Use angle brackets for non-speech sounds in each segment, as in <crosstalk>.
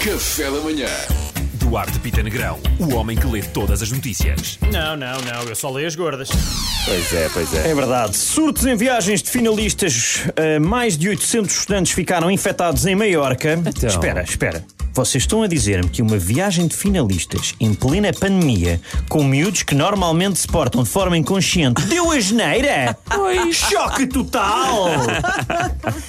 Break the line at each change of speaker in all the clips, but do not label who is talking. Café da Manhã.
Duarte Pita Negrão, o homem que lê todas as notícias.
Não, não, não, eu só leio as gordas.
Pois é, pois é.
É verdade. Surtos em viagens de finalistas. Eh, mais de 800 estudantes ficaram infectados em Maiorca.
Então.
Espera, espera. Vocês estão a dizer-me que uma viagem de finalistas em plena pandemia, com miúdos que normalmente se portam de forma inconsciente, deu a geneira? Choque
<laughs>
total!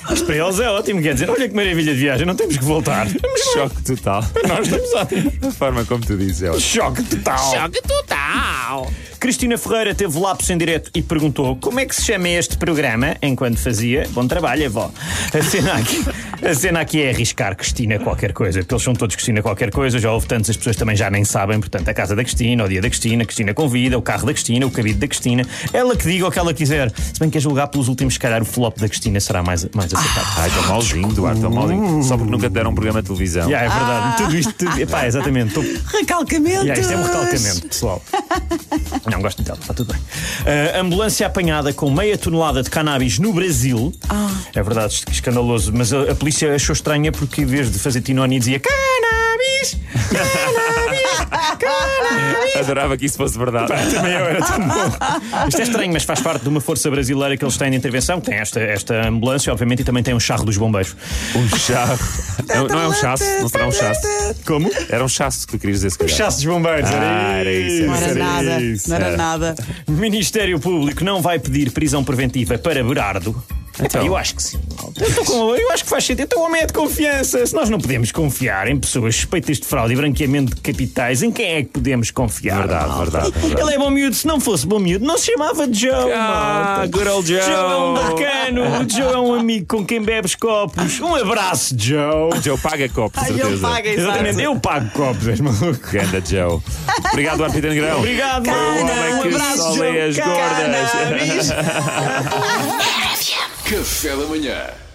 Mas para eles é ótimo, quer dizer, olha que maravilha de viagem, não temos que voltar.
Choque total. Nós <laughs> estamos ótimos. A forma como tu dizes é ótima.
Choque total! Cristina Ferreira teve lapso em direto e perguntou como é que se chama este programa enquanto fazia. Bom trabalho, avó. A cena aqui, a cena aqui é arriscar Cristina qualquer coisa, porque eles são todos Cristina qualquer coisa, já houve tantos, as pessoas também já nem sabem. Portanto, a casa da Cristina, o dia da Cristina, Cristina convida, o carro da Cristina, o cabide da Cristina. Ela que diga o que ela quiser. Se bem que a julgar pelos últimos, se calhar o flop da Cristina será mais, mais acertado.
Ai, tão malzinho, Duarte, tão malzinho. Só porque nunca te deram um programa de televisão.
Yeah, é verdade, tudo isto. tudo- Epá, exatamente. Tô-
Recalcamento.
Yeah, isto é um recalcamento, pessoal. Não gosto dela, está tudo bem. Ah, ambulância apanhada com meia tonelada de cannabis no Brasil. É verdade, isto é escandaloso. Mas a, a polícia achou estranha porque em vez de fazer tinoni dizia cannabis!
Adorava que isso fosse verdade.
Também eu era tão bom. Isto é estranho, mas faz parte de uma força brasileira que eles têm de intervenção. Tem esta, esta ambulância, obviamente, e também tem um charro dos bombeiros.
Um chato. não, não é um chasso, não será um chasso.
Como?
Era um chasso que tu querias dizer, se calhar.
Chasso dos bombeiros,
Ah, era isso,
Não
era
era
isso.
nada.
isso,
Não era nada.
O Ministério Público não vai pedir prisão preventiva para Berardo.
Então.
Epá, Eu acho que sim. Eu, tô com- eu acho que faz sentido. Então, o homem é de confiança. Se nós não podemos confiar em pessoas suspeitas de fraude e branqueamento de capitais, em quem é que podemos confiar?
Verdade,
malta?
verdade, verdade.
Ele é bom miúdo. Se não fosse bom miúdo, não se chamava Joe.
Ah,
malta.
good old Joe.
Joe é um bacano. O Joe é um amigo com quem bebes copos. Um abraço, Joe.
Joe paga copo,
Ai, ele
certeza.
paga, exato.
Exatamente. Eu pago copos, és maluco.
Ganda Joe. Obrigado, Duarte Pita Negrão.
Obrigado,
Foi o
Cana,
homem que
um abraço,
só
Joe.
<laughs> lê as gordas.
Cana, bicho.
Café da Manhã.